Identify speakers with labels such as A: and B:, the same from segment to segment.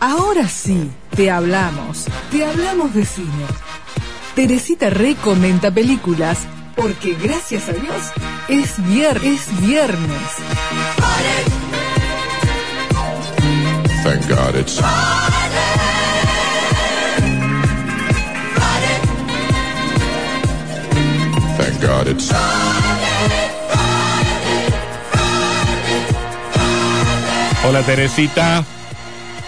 A: Ahora sí, te hablamos. Te hablamos de cine. Teresita recomienda películas porque gracias a Dios es viernes. Es viernes.
B: Thank God it's. Thank God it's.
C: Hola Teresita,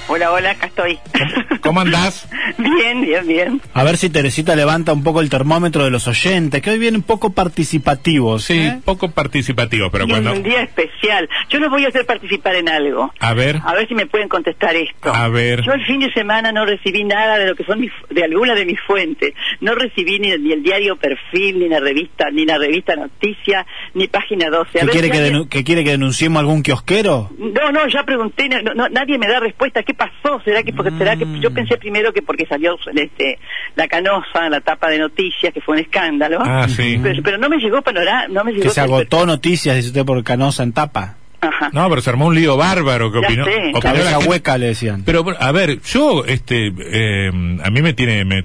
D: Hola, hola, acá estoy.
C: ¿cómo andás?
D: bien, bien, bien.
E: A ver si Teresita levanta un poco el termómetro de los oyentes, que hoy vienen poco participativos.
C: Sí,
E: ¿eh?
C: poco participativo, pero
D: Y en
C: cuando...
D: un día especial. Yo los voy a hacer participar en algo.
C: A ver,
D: A ver si me pueden contestar esto.
E: Ah.
C: a ver.
D: Yo el fin de semana no recibí nada de lo que son mis- de alguna de mis fuentes. No recibí ni, ni el diario Perfil, ni la revista, ni la revista Noticia, ni Página 12. A
E: ¿Que
D: ver
E: quiere
D: si
E: que,
D: alguien-
E: denu- que quiere que denunciemos algún kiosquero?
D: No, no, ya pregunté, no, no, nadie me da respuesta. ¿Qué pasó? ¿Será que porque será que
E: Mm.
D: yo pensé primero que porque salió este la canosa, la tapa de noticias, que fue un escándalo.
C: Ah, sí.
D: Pero, pero no me llegó panorama, no me llegó.
E: Que se agotó noticias, dice usted, por Canosa en tapa.
D: Ajá.
C: No, pero se armó un lío bárbaro que
D: Ya
C: opinó.
D: sé.
C: opinó la
E: Cabeza
C: gente.
E: hueca, le decían.
C: Pero bueno, a ver, yo, este, eh, a mí me tiene, me,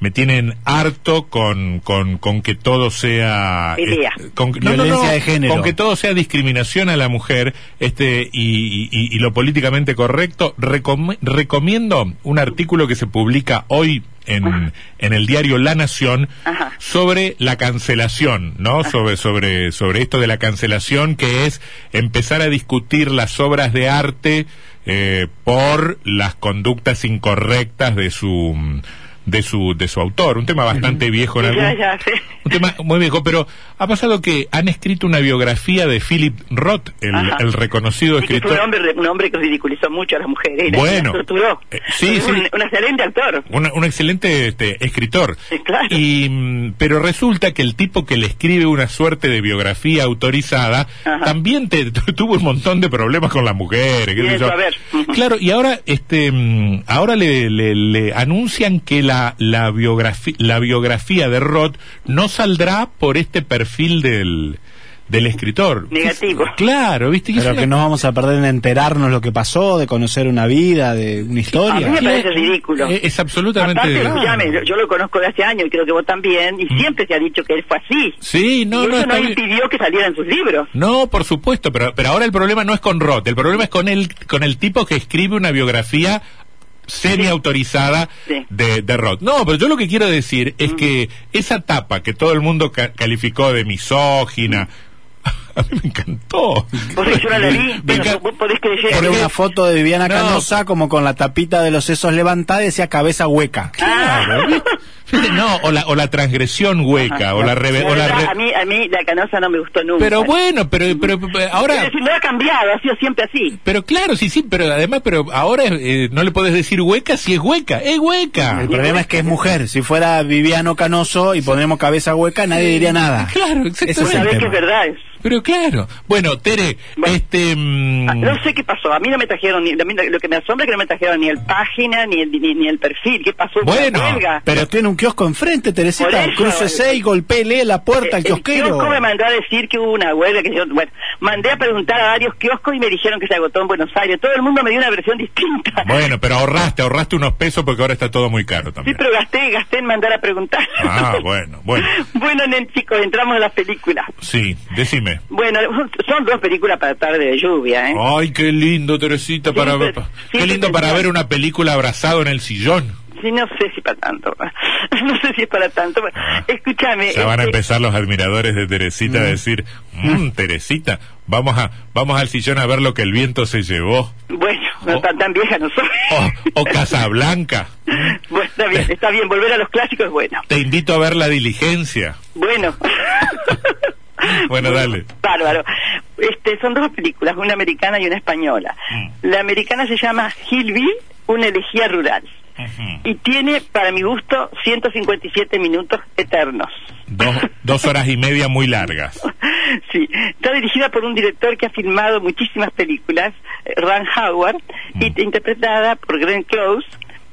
C: me tienen harto con, con, con que todo sea
D: Pelea.
C: eh, con,
E: Violencia de género.
C: con que todo sea discriminación a la mujer, este, y, y- y lo políticamente correcto. Recom- recomiendo un artículo que se publica hoy en, en el diario La Nación
D: Ajá.
C: sobre la cancelación, ¿no? Sobre, sobre, sobre esto de la cancelación, que es empezar a discutir las obras de arte eh, por las conductas incorrectas de su de su de su autor, un tema bastante viejo en algún,
D: Ya, ya sé.
C: un tema muy viejo, pero ha pasado que han escrito una biografía de Philip Roth, el,
D: Ajá.
C: el reconocido
D: Sí, que fue
C: escritor.
D: un hombre, un hombre que ridiculizó mucho a las mujeres. y las-
C: Bueno.
D: las torturó.
C: Eh, sí,
D: un,
C: sí.
D: un excelente actor.
C: Una- un excelente este, escritor.
D: Sí, claro.
C: Y, mm, pero resulta que el tipo que le escribe una suerte de biografía autorizada
D: Ajá.
C: también te, tu- tuvo un montón de problemas con las mujeres. qué
D: Y
C: sé
D: eso,
C: yo.
D: a ver. Ujú.
C: Claro, y ahora este, mm, ahora le, le- le anuncian que la, la, biografi- la biografía de Roth no saldrá por este perfil del, del escritor.
D: Negativo.
C: Claro, ¿viste? Y es
E: Pero
C: una
E: que no vamos a perder en enterarnos lo que pasó, de conocer una vida, de una
D: A mí
E: historia.
D: me parece
C: Claro.
D: ridículo.
C: Es, es absolutamente.
D: Aparte,
C: claro.
D: escúchame, yo, yo lo conozco de hace años y creo que vos también, y siempre se ha dicho que él fue así.
C: Sí,
D: y
C: Mm. no, no,
D: eso no
C: está bien.
D: impidió que salieran sus libros.
C: No, por supuesto, pero, pero ahora el problema no es con Roth, el problema es con el, con el tipo que escribe una biografía semi-autorizada
D: Sí. Mm.
C: de, de Roth. No, pero yo lo que quiero decir es que esa tapa que todo el mundo ca- calificó de misógina, a mí me encantó.
D: Por eso yo no la vi,
C: Me
D: pero
C: encan-
D: vos podés creer.
E: Era una foto de Viviana
C: No.
E: Canosa como con la tapita de los sesos levantada y decía cabeza hueca.
C: Claro, ¿viste? No, o la, o la transgresión hueca, o la, reve-
D: Ah. La
C: o la
D: verdad,
C: re-
D: a, mí, a mí la canosa no me gustó nunca.
C: Pero bueno, pero, pero, pero
D: Es
C: ahora...
D: decir, no ha cambiado, ha sido siempre así.
C: Pero claro, sí, sí, pero además, pero ahora eh, no le podés decir hueca si es hueca, es hueca.
E: El problema es que es mujer. Si fuera Viviano Canoso y ponemos cabeza hueca, nadie diría nada.
C: Claro,
E: Ese es el
D: Sabés
C: exactamente.
D: que es
E: tema.
D: verdad.
C: Pero claro. Bueno, Tere,
D: Bueno.
C: este... mm,
D: Ah, No sé qué pasó, a mí no me trajeron ni, a mí lo que me asombra es que no me trajeron ni el página ni el, ni, ni el perfil, ¿qué pasó? ¿Hubo
C: Bueno,
D: una huelga?
E: Pero tiene un kiosco enfrente,
D: Por
E: Teresita.
D: eso,
E: Crucese y golpele la puerta al
D: Eh, el
E: kiosquero.
D: kiosco me mandó a decir que hubo una huelga, que yo, bueno, mandé a preguntar a varios kioscos y me dijeron que se agotó en Buenos Aires. Todo el mundo me dio una versión distinta.
C: Bueno, pero ahorraste, ahorraste unos pesos porque ahora está todo muy caro
D: Sí,
C: también.
D: pero gasté, gasté en mandar a preguntar.
C: Ah, bueno, bueno.
D: bueno, nen, chicos, entramos en las películas.
C: Sí, decime.
D: Bueno, son dos películas para tarde de lluvia, ¿eh?
C: Ay, qué lindo, Teresita, para
D: Siempre-
C: ver... pa- Qué
D: siempre
C: lindo para
D: pensaba.
C: ver una película abrazado en el sillón.
D: Sí, no sé si para tanto. No sé si es para tanto. Bueno,
C: Ah.
D: Escúchame.
C: Ya van a
D: este,
C: empezar los admiradores de Teresita a decir, "Mm, Teresita, vamos a vamos al sillón a ver lo que el viento se llevó.
D: este, Bueno, no
C: Oh.
D: tan, tan vieja no soy.
C: O, o Casablanca.
D: Bueno, está bien, está bien. Volver a los clásicos es bueno.
C: Te invito a ver la diligencia.
D: Bueno.
C: Bueno, dale.
D: Bárbaro. Este, son dos películas, una americana y una española.
C: Mm.
D: La americana se llama Hillbilly, una elegía rural.
C: Ujú.
D: Y tiene, para mi gusto, 157 minutos eternos.
C: Dos, dos horas y media muy largas.
D: Sí, está dirigida por un director que ha filmado muchísimas películas, eh, Ron Howard, y
C: Mm.
D: interpretada por Glenn Close,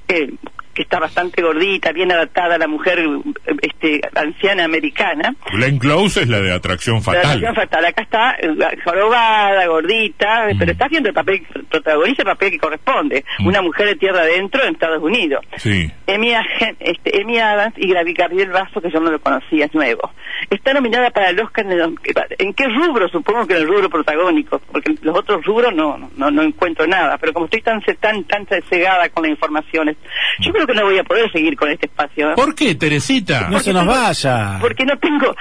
D: eh, que está bastante gordita, bien adaptada a la mujer eh, este, anciana americana.
C: Glenn Close es la de atracción
D: La
C: fatal.
D: relación fatal. Acá está eh, jorobada, gordita, pero está haciendo el papel, protagoniza el papel que corresponde.
C: Mm.
D: Una mujer de tierra adentro en Estados Unidos.
C: Sí.
D: Amy, Ag- este, Amy Adams y Gabi- Gabriel Vaso, que yo no lo conocía, es nuevo. Está nominada para el Oscar. En, el- ¿en qué rubro? Supongo que en el rubro protagónico, porque los otros rubros no, no, no encuentro nada. Pero como estoy tan ce- tan tan cegada con las informaciones, yo creo que no voy a poder seguir con este espacio. ¿eh?
C: ¿Por qué, Teresita?
E: No se nos vaya.
D: Porque no tengo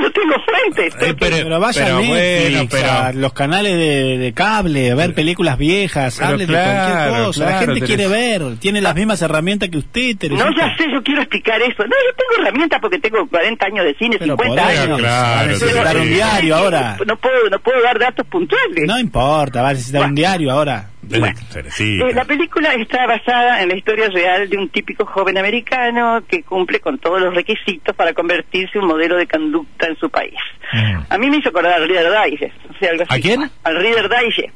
D: no tengo fuentes.
C: Eh,
D: porque-
E: Pero vaya
C: Pero
E: a Netflix,
C: bueno, pero-
E: a los canales de, de cable, a ver películas viejas,
C: Pero
E: hablen de cualquier
C: claro,
E: cosa. la
C: claro,
E: gente
C: Teresa.
E: quiere ver, tiene las mismas herramientas que usted, Teresa.
D: No, ya sé, yo quiero explicar eso. No, yo tengo herramientas porque tengo 40 años de cine,
E: Pero
D: 50
E: podés,
D: años.
E: va a
C: Claro,
E: necesitar
C: Teresa.
E: un diario ahora.
D: No puedo, no puedo dar datos puntuales. Eh,
E: No importa, va a necesitar un diario ahora.
D: Bueno.
C: Teresita.
D: Eh, la película está basada en la historia real de un típico joven americano que cumple con todos los requisitos para convertirse en un modelo de conducta en su país.
C: Mm.
D: A mí me hizo acordar al Reader Digest. o sea, algo así.
C: ¿A quién?
D: Al Reader Digest.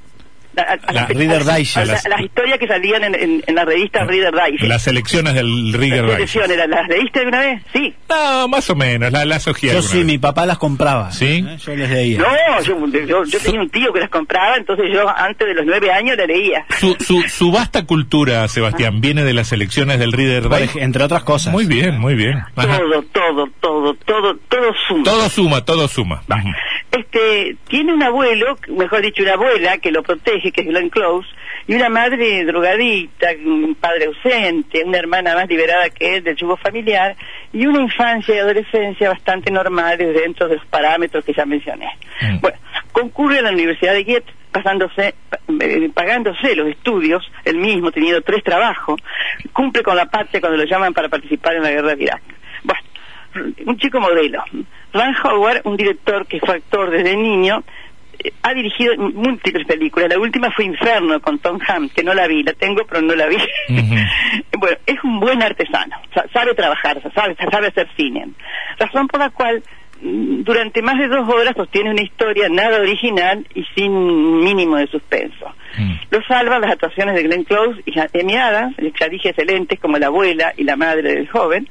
D: La- a- a
C: La
D: las-
E: Reader
D: a-
E: Digest.
D: a la- Las historias que salían en, en- en la revista Reader Digest.
C: Las elecciones del Rigger
D: Las
C: Digest.
D: selecciones, ¿la- ¿Las leíste alguna vez? Sí.
C: No, más o menos, la, la ojeé
E: Yo
C: alguna
E: sí,
C: vez.
E: mi papá las compraba.
C: ¿Sí?
E: ¿eh? Yo les leía.
D: No, yo, yo, yo tenía un tío que las compraba, entonces yo antes de los nueve años la leía.
C: Su, su, su vasta cultura, Sebastián, viene de las elecciones del Reader
E: Por
C: Digest.
E: ej- entre otras cosas.
C: Muy bien, muy bien. Ajá.
D: Todo, todo, todo, todo, todo suma.
C: Todo suma, todo suma. Ujú.
D: Este, tiene un abuelo, mejor dicho, una abuela que lo protege, que es Glenn Close, y una madre drogadita, un padre ausente, una hermana más liberada que él del yugo familiar, y una infancia y adolescencia bastante normales dentro de los parámetros que ya mencioné.
C: Mm.
D: Bueno, concurre a la Universidad de Yale pasándose, pa- eh, pagándose los estudios, él mismo teniendo tres trabajos, cumple con la patria cuando lo llaman para participar en la guerra de Irak. Bueno, un chico modelo. Ron Howard, un director que fue actor desde niño, eh, ha dirigido m- múltiples películas. La última fue Inferno con Tom Hanks, que no la vi, la tengo pero no la vi.
C: Ujú.
D: Bueno, es un buen artesano, sa- sabe trabajar, sa- sabe, sabe hacer cine. Razón por la cual mm, durante más de dos horas sostiene una historia nada original y sin mínimo de suspenso.
C: Mm.
D: Lo salvan las actuaciones de Glenn Close y Amy Adams, ya dije excelentes, como la abuela y la madre del joven.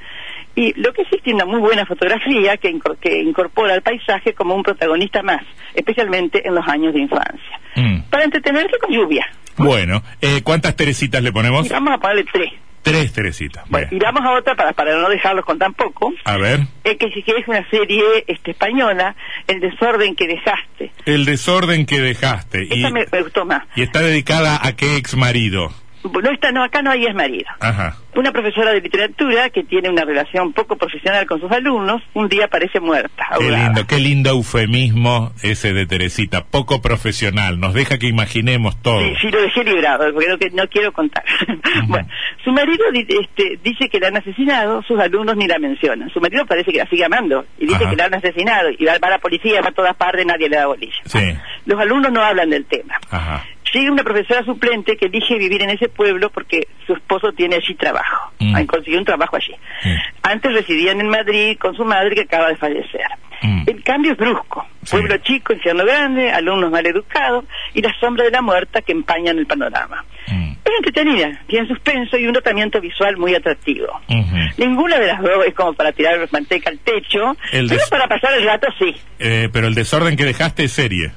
D: Y lo que existe una muy buena fotografía que, inco- que incorpora al paisaje como un protagonista más, especialmente en los años de infancia.
C: Mm.
D: Para entretenerse con lluvia.
C: Bueno, eh, ¿cuántas Teresitas le ponemos?
D: Y vamos a ponerle tres.
C: Tres Teresitas.
D: Bueno, y
C: Bien.
D: vamos a otra para, para no dejarlos con tan poco.
C: A ver,
D: eh, que si quieres una serie este, española, El desorden que dejaste.
C: el desorden que dejaste. Y,
D: Esta me, me gustó más.
C: y está dedicada a qué ex marido.
D: No, esta no, acá no hay es marido.
C: Ajá.
D: Una profesora de literatura que tiene una relación poco profesional con sus alumnos, un día aparece muerta.
C: Qué
D: ahogada.
C: lindo, qué lindo eufemismo ese de Teresita, poco profesional, nos deja que imaginemos todo.
D: Sí, sí, lo dejé librado, porque no, que- no quiero contar. bueno, su marido di- este, dice que la han asesinado, sus alumnos ni la mencionan. Su marido parece que la sigue amando y dice
C: Ajá.
D: que la han asesinado y va, va la policía, va a todas partes, nadie le da bolilla.
C: Sí.
D: Los alumnos no hablan del tema.
C: Ajá.
D: Llega una profesora suplente que elige vivir en ese pueblo porque su esposo tiene allí trabajo.
C: Mm.
D: Ah, Consiguió un trabajo allí.
C: Sí.
D: Antes residían en Madrid con su madre que acaba de fallecer.
C: Mm.
D: El cambio es brusco.
C: Sí.
D: Pueblo chico, infierno grande, alumnos mal educados y la sombra de la muerta que empañan el panorama.
C: Mm.
D: Es entretenida, tiene suspenso y un tratamiento visual muy atractivo.
C: mm, Ujú.
D: Ninguna de las dos es como para tirar manteca al techo,
C: El
D: pero
C: des-
D: para pasar el rato sí.
C: Eh, pero el desorden que dejaste es serie.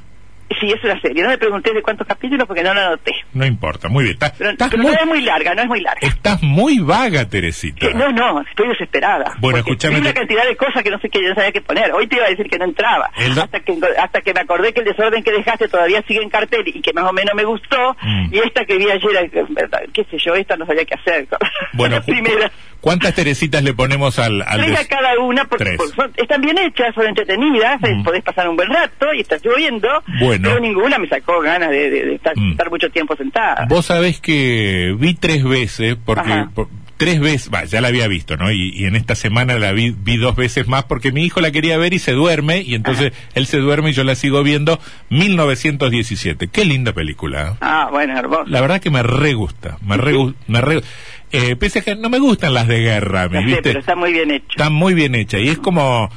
D: Sí, es una serie. No me pregunté de cuántos capítulos porque no la anoté.
C: No importa, muy bien. Estás,
D: Pero,
C: estás
D: pero
C: muy,
D: no es muy larga, no es muy larga.
C: estás muy vaga, Teresita.
D: Que- no, no, estoy desesperada.
C: Bueno,
D: Porque
C: escúchame,
D: vi una
C: te-
D: cantidad de cosas que no sé qué, yo no sabía qué poner. Hoy te iba a decir que no entraba.
C: El do-
D: Hasta, que, hasta que me acordé que el desorden que dejaste todavía sigue en cartel y que más o menos me gustó.
C: Mm.
D: Y esta que vi ayer, eh, qué sé yo, esta no sabía qué hacer.
C: Bueno,
D: La
C: cu-
D: primera.
C: ¿cuántas Teresitas le ponemos al, al
D: Tres a
C: des-
D: cada una porque
C: Tres.
D: por- son- están bien hechas, son entretenidas, eh,
C: Mm.
D: podés pasar un buen rato y estás lloviendo,
C: Bueno.
D: pero ninguna me sacó ganas de, de- de estar,
C: Mm.
D: estar mucho tiempo sentada.
C: Vos sabés que vi tres veces, porque
D: Ajá.
C: por- tres veces, bah, ya la había visto, ¿no? Y, y en esta semana la vi, vi dos veces más porque mi hijo la quería ver y se duerme, y entonces él se duerme y yo la sigo viendo. 1917, qué linda película. ¿eh?
D: Ah, bueno, hermoso.
C: La verdad que me re gusta, me re, gu- me re- eh, pese a que no me gustan las de guerra, a mí,
D: Ya sé,
C: ¿viste?
D: pero está muy bien hecho.
C: Está muy bien hecha y es como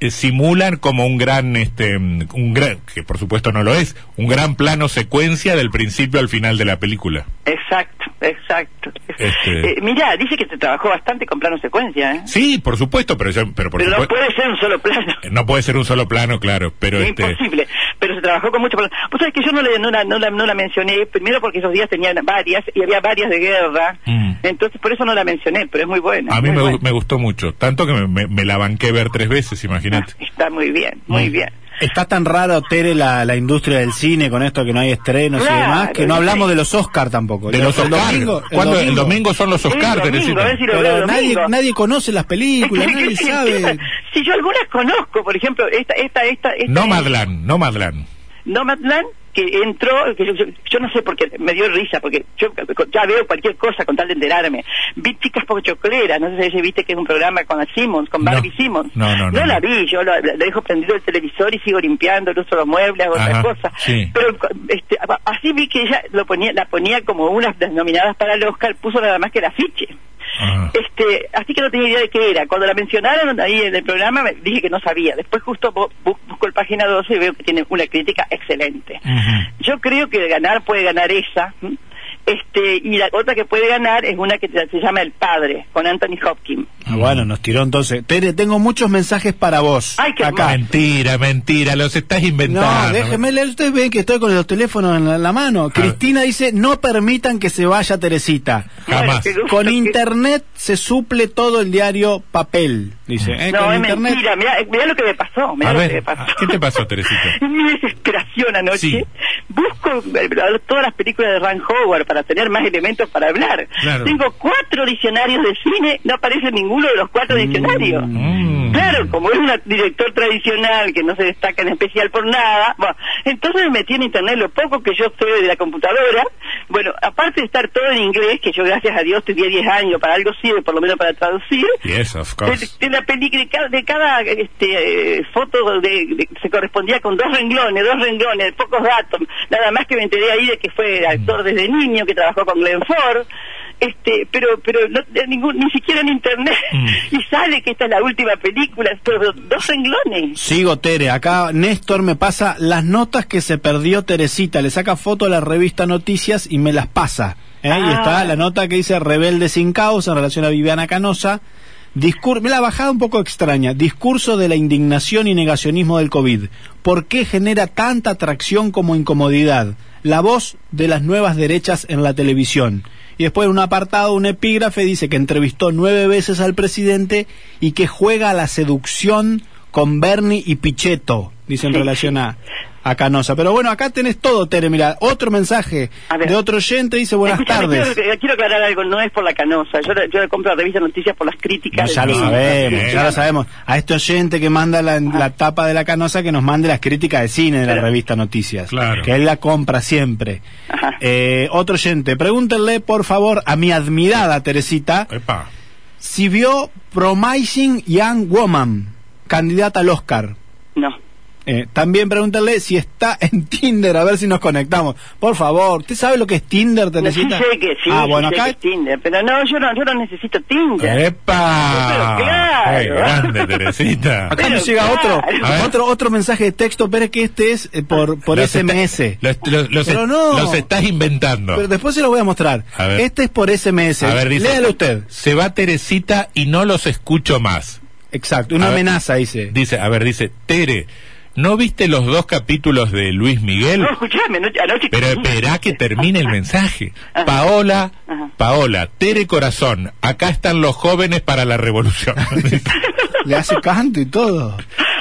C: eh, simulan como un gran, este, mm, un gran, que por supuesto no lo es, un gran plano secuencia del principio al final de la película.
D: Exacto, exacto.
C: Este-
D: Eh, mirá, dice que te trabajó bastante con plano secuencia, ¿eh?
C: Sí, por supuesto, pero yo, pero por
D: Pero no
C: supuesto-
D: puede ser un solo plano.
C: eh, no puede ser un solo plano, claro, pero
D: Es
C: este,
D: imposible, pero se trabajó con mucho problema. Vos sabés que yo no, le- no, la, no, la, no la mencioné, primero porque esos días tenían varias y había varias de guerra,
C: Mm.
D: entonces por eso no la mencioné, pero es muy buena.
C: a mí
D: muy
C: me, gu-
D: buena.
C: me gustó mucho, tanto que me, me- me la banqué ver tres veces, imagínate.
D: Ah, Está muy bien, muy
C: Mm.
D: bien.
E: Está tan raro, Tere, la, la industria del cine con esto que no hay estrenos
D: Claro,
E: y demás, que no
D: sí.
E: hablamos de los Oscar tampoco.
C: De los
E: El
C: Oscar,
E: domingo- el
C: ¿cuándo? El
E: domingo.
C: domingo son los Oscar,
D: el domingo,
C: Teresita.
D: a ver si lo veo
E: Pero
D: el
E: nadie,
D: domingo.
E: nadie conoce las películas, nadie sabe.
D: Si yo algunas conozco, por ejemplo, esta, esta, esta, esta
C: No Madland, no Madland.
D: Nomadland que entró, que yo, yo- yo no sé por qué, me dio risa, porque yo ya veo cualquier cosa con tal de enterarme. Vi Chicas Pochocleras, no sé si viste que es un programa con la Simmons, con
C: No.
D: Barbie Simmons.
C: No, no, no, no.
D: la vi, yo la, la dejo prendido el televisor y sigo limpiando, el uso los muebles, hago
C: Ajá,
D: otras cosas.
C: sí.
D: Pero este, a- así vi que ella lo ponía, la ponía como unas de las nominadas para el Oscar, puso nada más que el afiche.
C: Ah.
D: Este, así que no tenía idea de qué era. Cuando la mencionaron ahí en el programa, me dije que no sabía. Después justo bu- bu- busco el página 12 y veo que tiene una crítica excelente.
C: Ujú.
D: Yo creo que de ganar puede ganar esa. ¿m? Este, y la otra que puede ganar es una que se llama El Padre, con Anthony Hopkins.
E: Ah, Bueno, nos tiró entonces. Tere, tengo muchos mensajes para vos.
D: Ay, qué
E: acá.
C: Mentira, mentira, los estás inventando.
E: No, déjeme leer. Ustedes ven que estoy con los teléfonos en la, en la mano. Cristina dice: No permitan que se vaya Teresita.
C: Jamás.
D: Bueno, qué gusto
E: Con
D: que-
E: internet se suple todo el diario papel. Dice: ¿eh?
D: No,
E: Con
D: es
E: internet.
D: mentira. Mirá, eh, mirá lo que me pasó. mirá
C: A
D: lo
C: ver,
D: que me pasó.
C: ¿qué te pasó, Teresita?
D: Mi desesperación anoche.
C: Sí.
D: Busco eh, todas las películas de Ran Howard para tener más elementos para hablar.
C: Claro.
D: Tengo cuatro diccionarios de cine, no aparece ninguno de los cuatro diccionarios.
C: Mm.
D: Claro, como es un director tradicional que no se destaca en especial por nada, bueno, entonces me metí en internet lo poco que yo sé de la computadora. Bueno, aparte de estar todo en inglés, que yo gracias a Dios estudié 10 años, para algo sirve, por lo menos para traducir,
C: Yes, of
D: de,
C: course.
D: de la película de cada, de cada, este, eh, foto de, de- se correspondía con dos renglones dos renglones pocos datos nada más que me enteré ahí de que fue actor desde niño que trabajó con Glenn Ford este pero pero no, de ningún, ni siquiera en internet
E: Mm.
D: y sale que esta es la última película pero dos renglones
E: Sigo, Tere. Acá Néstor me pasa las notas que se perdió Teresita. Le saca foto a la revista Noticias y me las pasa. ¿eh? Y
D: Ah.
E: está la nota que dice Rebelde sin causa en relación a Viviana Canosa. Discur la bajada un poco extraña. Discurso de la indignación y negacionismo del COVID. ¿Por qué genera tanta atracción como incomodidad? La voz de las nuevas derechas en la televisión. Y después en un apartado, un epígrafe dice que entrevistó nueve veces al presidente y que juega a la seducción con Bernie y Pichetto, dice en
D: Sí,
E: relación a, a Canosa. Pero bueno, acá tenés todo, Tere. Mira, otro mensaje
D: A ver.
E: de otro oyente dice buenas
D: Escúchame,
E: tardes.
D: Quiero, quiero aclarar algo, no es por la canosa. Yo, yo compro la revista Noticias por las
E: No,
D: críticas.
E: ya lo
D: del-
E: sabemos,
C: Sí.
E: ya lo sabemos. A este oyente que manda la, la tapa de la canosa, que nos mande las críticas de cine de la
D: Claro.
E: revista Noticias,
C: Claro.
E: que él la compra siempre.
D: Ajá.
E: Eh, otro oyente, pregúntenle por favor a mi admirada Teresita
C: Epa.
E: si vio Promising Young Woman, candidata al Oscar.
D: No.
E: Eh, también pregúntenle si está en Tinder, a ver si nos conectamos. Por favor, ¿usted sabe lo que es Tinder,
D: Sí
E: Teresita?
D: sé que sí,
E: ah,
D: sí
E: bueno,
D: sé
E: acá
D: que es Tinder, pero no, yo no, yo no necesito Tinder.
C: Epa.
D: Pero claro.
C: Qué grande, Teresita.
E: Acá
D: Pero
E: nos llega
D: claro.
C: A ver.
E: otro, otro otro mensaje de texto, pero es que este es eh, por por
C: Los
E: SMS.
C: está- los, los- los-
E: Pero no.
C: los estás inventando.
E: Pero después se lo voy a mostrar.
C: A ver.
E: Este es por SMS.
C: A ver, dice.
E: Léalo usted.
C: Se va Teresita y no los escucho más.
E: Exacto, una
C: A ver.
E: amenaza dice.
C: Dice, a ver, dice, Tere, ¿no viste los dos capítulos de Luis Miguel?
D: No, escuchame, anoche, anoche-
C: Pero esperá que termine el mensaje.
D: Ajá.
C: Paola,
D: Ajá.
C: Paola, Tere Corazón, acá están los jóvenes para la revolución.
E: Le hace canto y todo.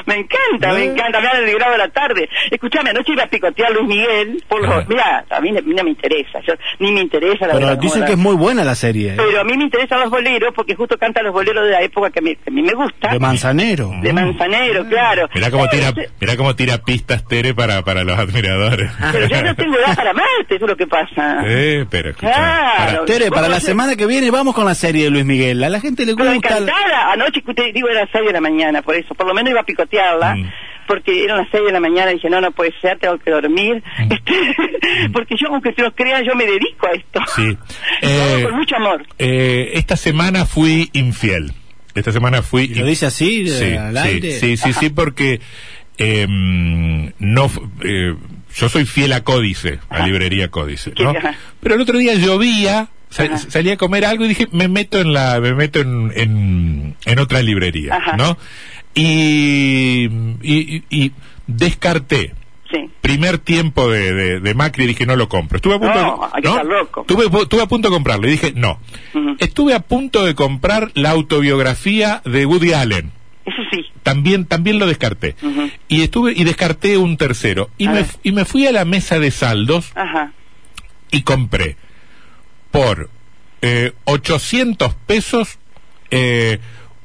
D: Me encanta, me
E: Eh.
D: encanta, me han alegrado la tarde. Escuchame, anoche iba a picotear a Luis Miguel. Por
C: Ajá.
D: los, mira, a mí, no- a mí no me interesa, yo, ni me interesa la
E: Pero
D: verdad,
E: dicen
D: como
E: que es
D: la-
E: muy buena la serie. ¿eh?
D: Pero a mí me interesan los boleros porque justo canta los boleros de la época que, me- que a mí me gusta.
E: De Manzanero.
D: De Manzanero, claro.
C: mirá cómo
D: Pero
C: tira,
D: yo-
C: mirá cómo tira pistas Tere para, para los admiradores.
D: Pero yo no tengo edad para amarte, eso es lo que pasa.
C: Eh, pero escuchá,
D: Claro.
E: Tere, para la
D: Vos-
E: semana que viene vamos con la serie de Luis Miguel. A la gente le
D: Pero
E: gusta.
D: encantada. Anoche, que te digo, era las 6 de la mañana, por eso. Por lo menos iba a picotearla.
C: Mm.
D: Porque eran las 6 de la mañana y dije, no, no puede ser, tengo que dormir.
C: Mm.
D: Este, porque yo, aunque tú lo creas, yo me dedico a esto.
C: Sí.
D: Lo hago
C: Eh,
D: con mucho amor.
C: Eh, esta semana fui infiel. Esta semana fui.
E: ¿Y lo dice así,
C: Sí,
E: eh, al aire?
C: sí, sí, sí, sí, porque eh, no. f- eh, yo soy fiel a Códice, a
D: Ah.
C: Librería Códice, ¿no?
D: Ajá.
C: Pero el otro día llovía, sal-
D: Ajá.
C: salí a comer algo y dije, me meto en la, me meto en, en, en otra librería,
D: Ajá.
C: ¿no? Y, y, y- y descarté.
D: Sí.
C: Primer tiempo de, de, de Macri dije no lo compro. Estuve a punto
D: No,
C: de,
D: hay que estar loco.
C: Tuve pu- estuve a punto de comprarlo y dije no.
D: Ujú.
C: Estuve a punto de comprar la autobiografía de Woody Allen
D: Eso sí.
C: también también lo descarté
D: Ujú.
C: y estuve y descarté un tercero y
D: A
C: me,
D: ver.
C: f- y me fui a la mesa de saldos
D: Ajá.
C: y compré por eh, 800 pesos eh,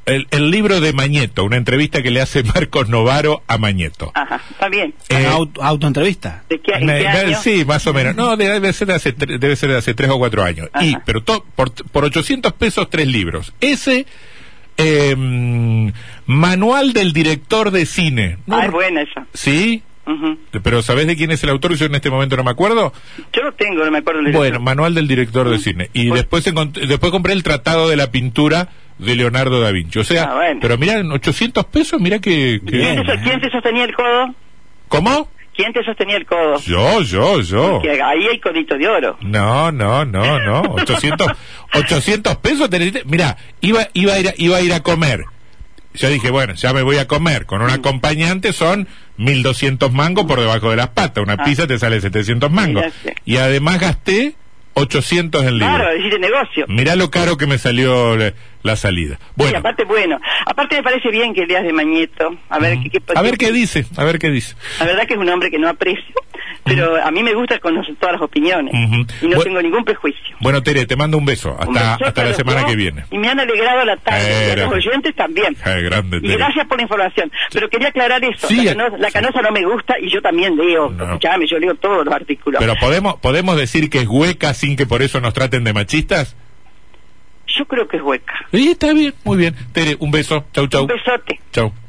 C: el, el libro de Mañeto una entrevista que le hace Marcos Novaro a Mañeto
D: Ajá. Está bien.
C: Eh,
E: auto, autoentrevista.
D: ¿De qué, en
C: me-
D: qué
C: me-
D: año?
C: sí, más o menos. No, de- debe ser de hace, tre- debe ser de hace tres o cuatro años.
D: Ajá.
C: Y, pero to- por, por 800 pesos, tres libros. Ese, eh, manual del director de cine. No,
D: Ah, es buena esa.
C: ¿Sí?
D: Ujú.
C: Pero ¿sabés de quién es el autor? Yo en este momento no me acuerdo.
D: Yo lo tengo, no me acuerdo. del
C: Bueno,
D: director.
C: manual del director de cine. Y
D: Bueno.
C: después encont- después compré el Tratado de la Pintura de Leonardo da Vinci. O sea,
D: Ah, bueno.
C: pero mirá, en 800 pesos, mirá que... ¿eh? que-
D: ¿Quién, te, so- quién te sostenía el codo?
C: ¿Cómo?
D: ¿Quién te sostenía el codo?
C: Yo, yo, yo.
D: Que ahí hay codito de oro.
C: No, no, no, no. 800, 800 pesos. tenés- Mirá, iba, iba, a ir a, iba a ir a comer. Yo dije, bueno, ya me voy a comer. Con un acompañante son 1200 mangos por debajo de las patas. Una
D: Ah.
C: pizza te sale 700 mangos.
D: Mirá,
C: Y además gasté 800 en libro.
D: Claro, hiciste negocio.
C: Mirá lo caro que me salió la, la salida.
D: Y
C: Bueno,
D: aparte, bueno, aparte me parece bien que leas de Mañeto. A ver, qué, qué-
C: a ver qué dice, a ver qué dice.
D: La verdad que es un hombre que no aprecio, pero a mí me gusta conocer todas las opiniones
C: Ujú.
D: y no
C: Bu-
D: tengo ningún prejuicio.
C: Bueno, Tere, te mando un beso.
D: Un
C: Hasta,
D: besote
C: hasta
D: a
C: la
D: los
C: semana
D: dos,
C: que viene.
D: Y me han alegrado la tarde, y
C: Eh,
D: a los oyentes también.
C: Eh, grande,
D: Y
C: Tere.
D: gracias por la información. Pero quería aclarar eso.
C: Sí, eh,
D: la, canosa, la
C: sí.
D: canosa no me gusta y yo también leo.
C: No.
D: Escuchame, yo leo todos los artículos.
C: Pero podemos podemos decir que es hueca sin que por eso nos traten de machistas.
D: Yo creo que es hueca.
C: Sí, está bien, muy bien. Tere, un beso. Chau, chau.
D: Un besote.
C: Chau.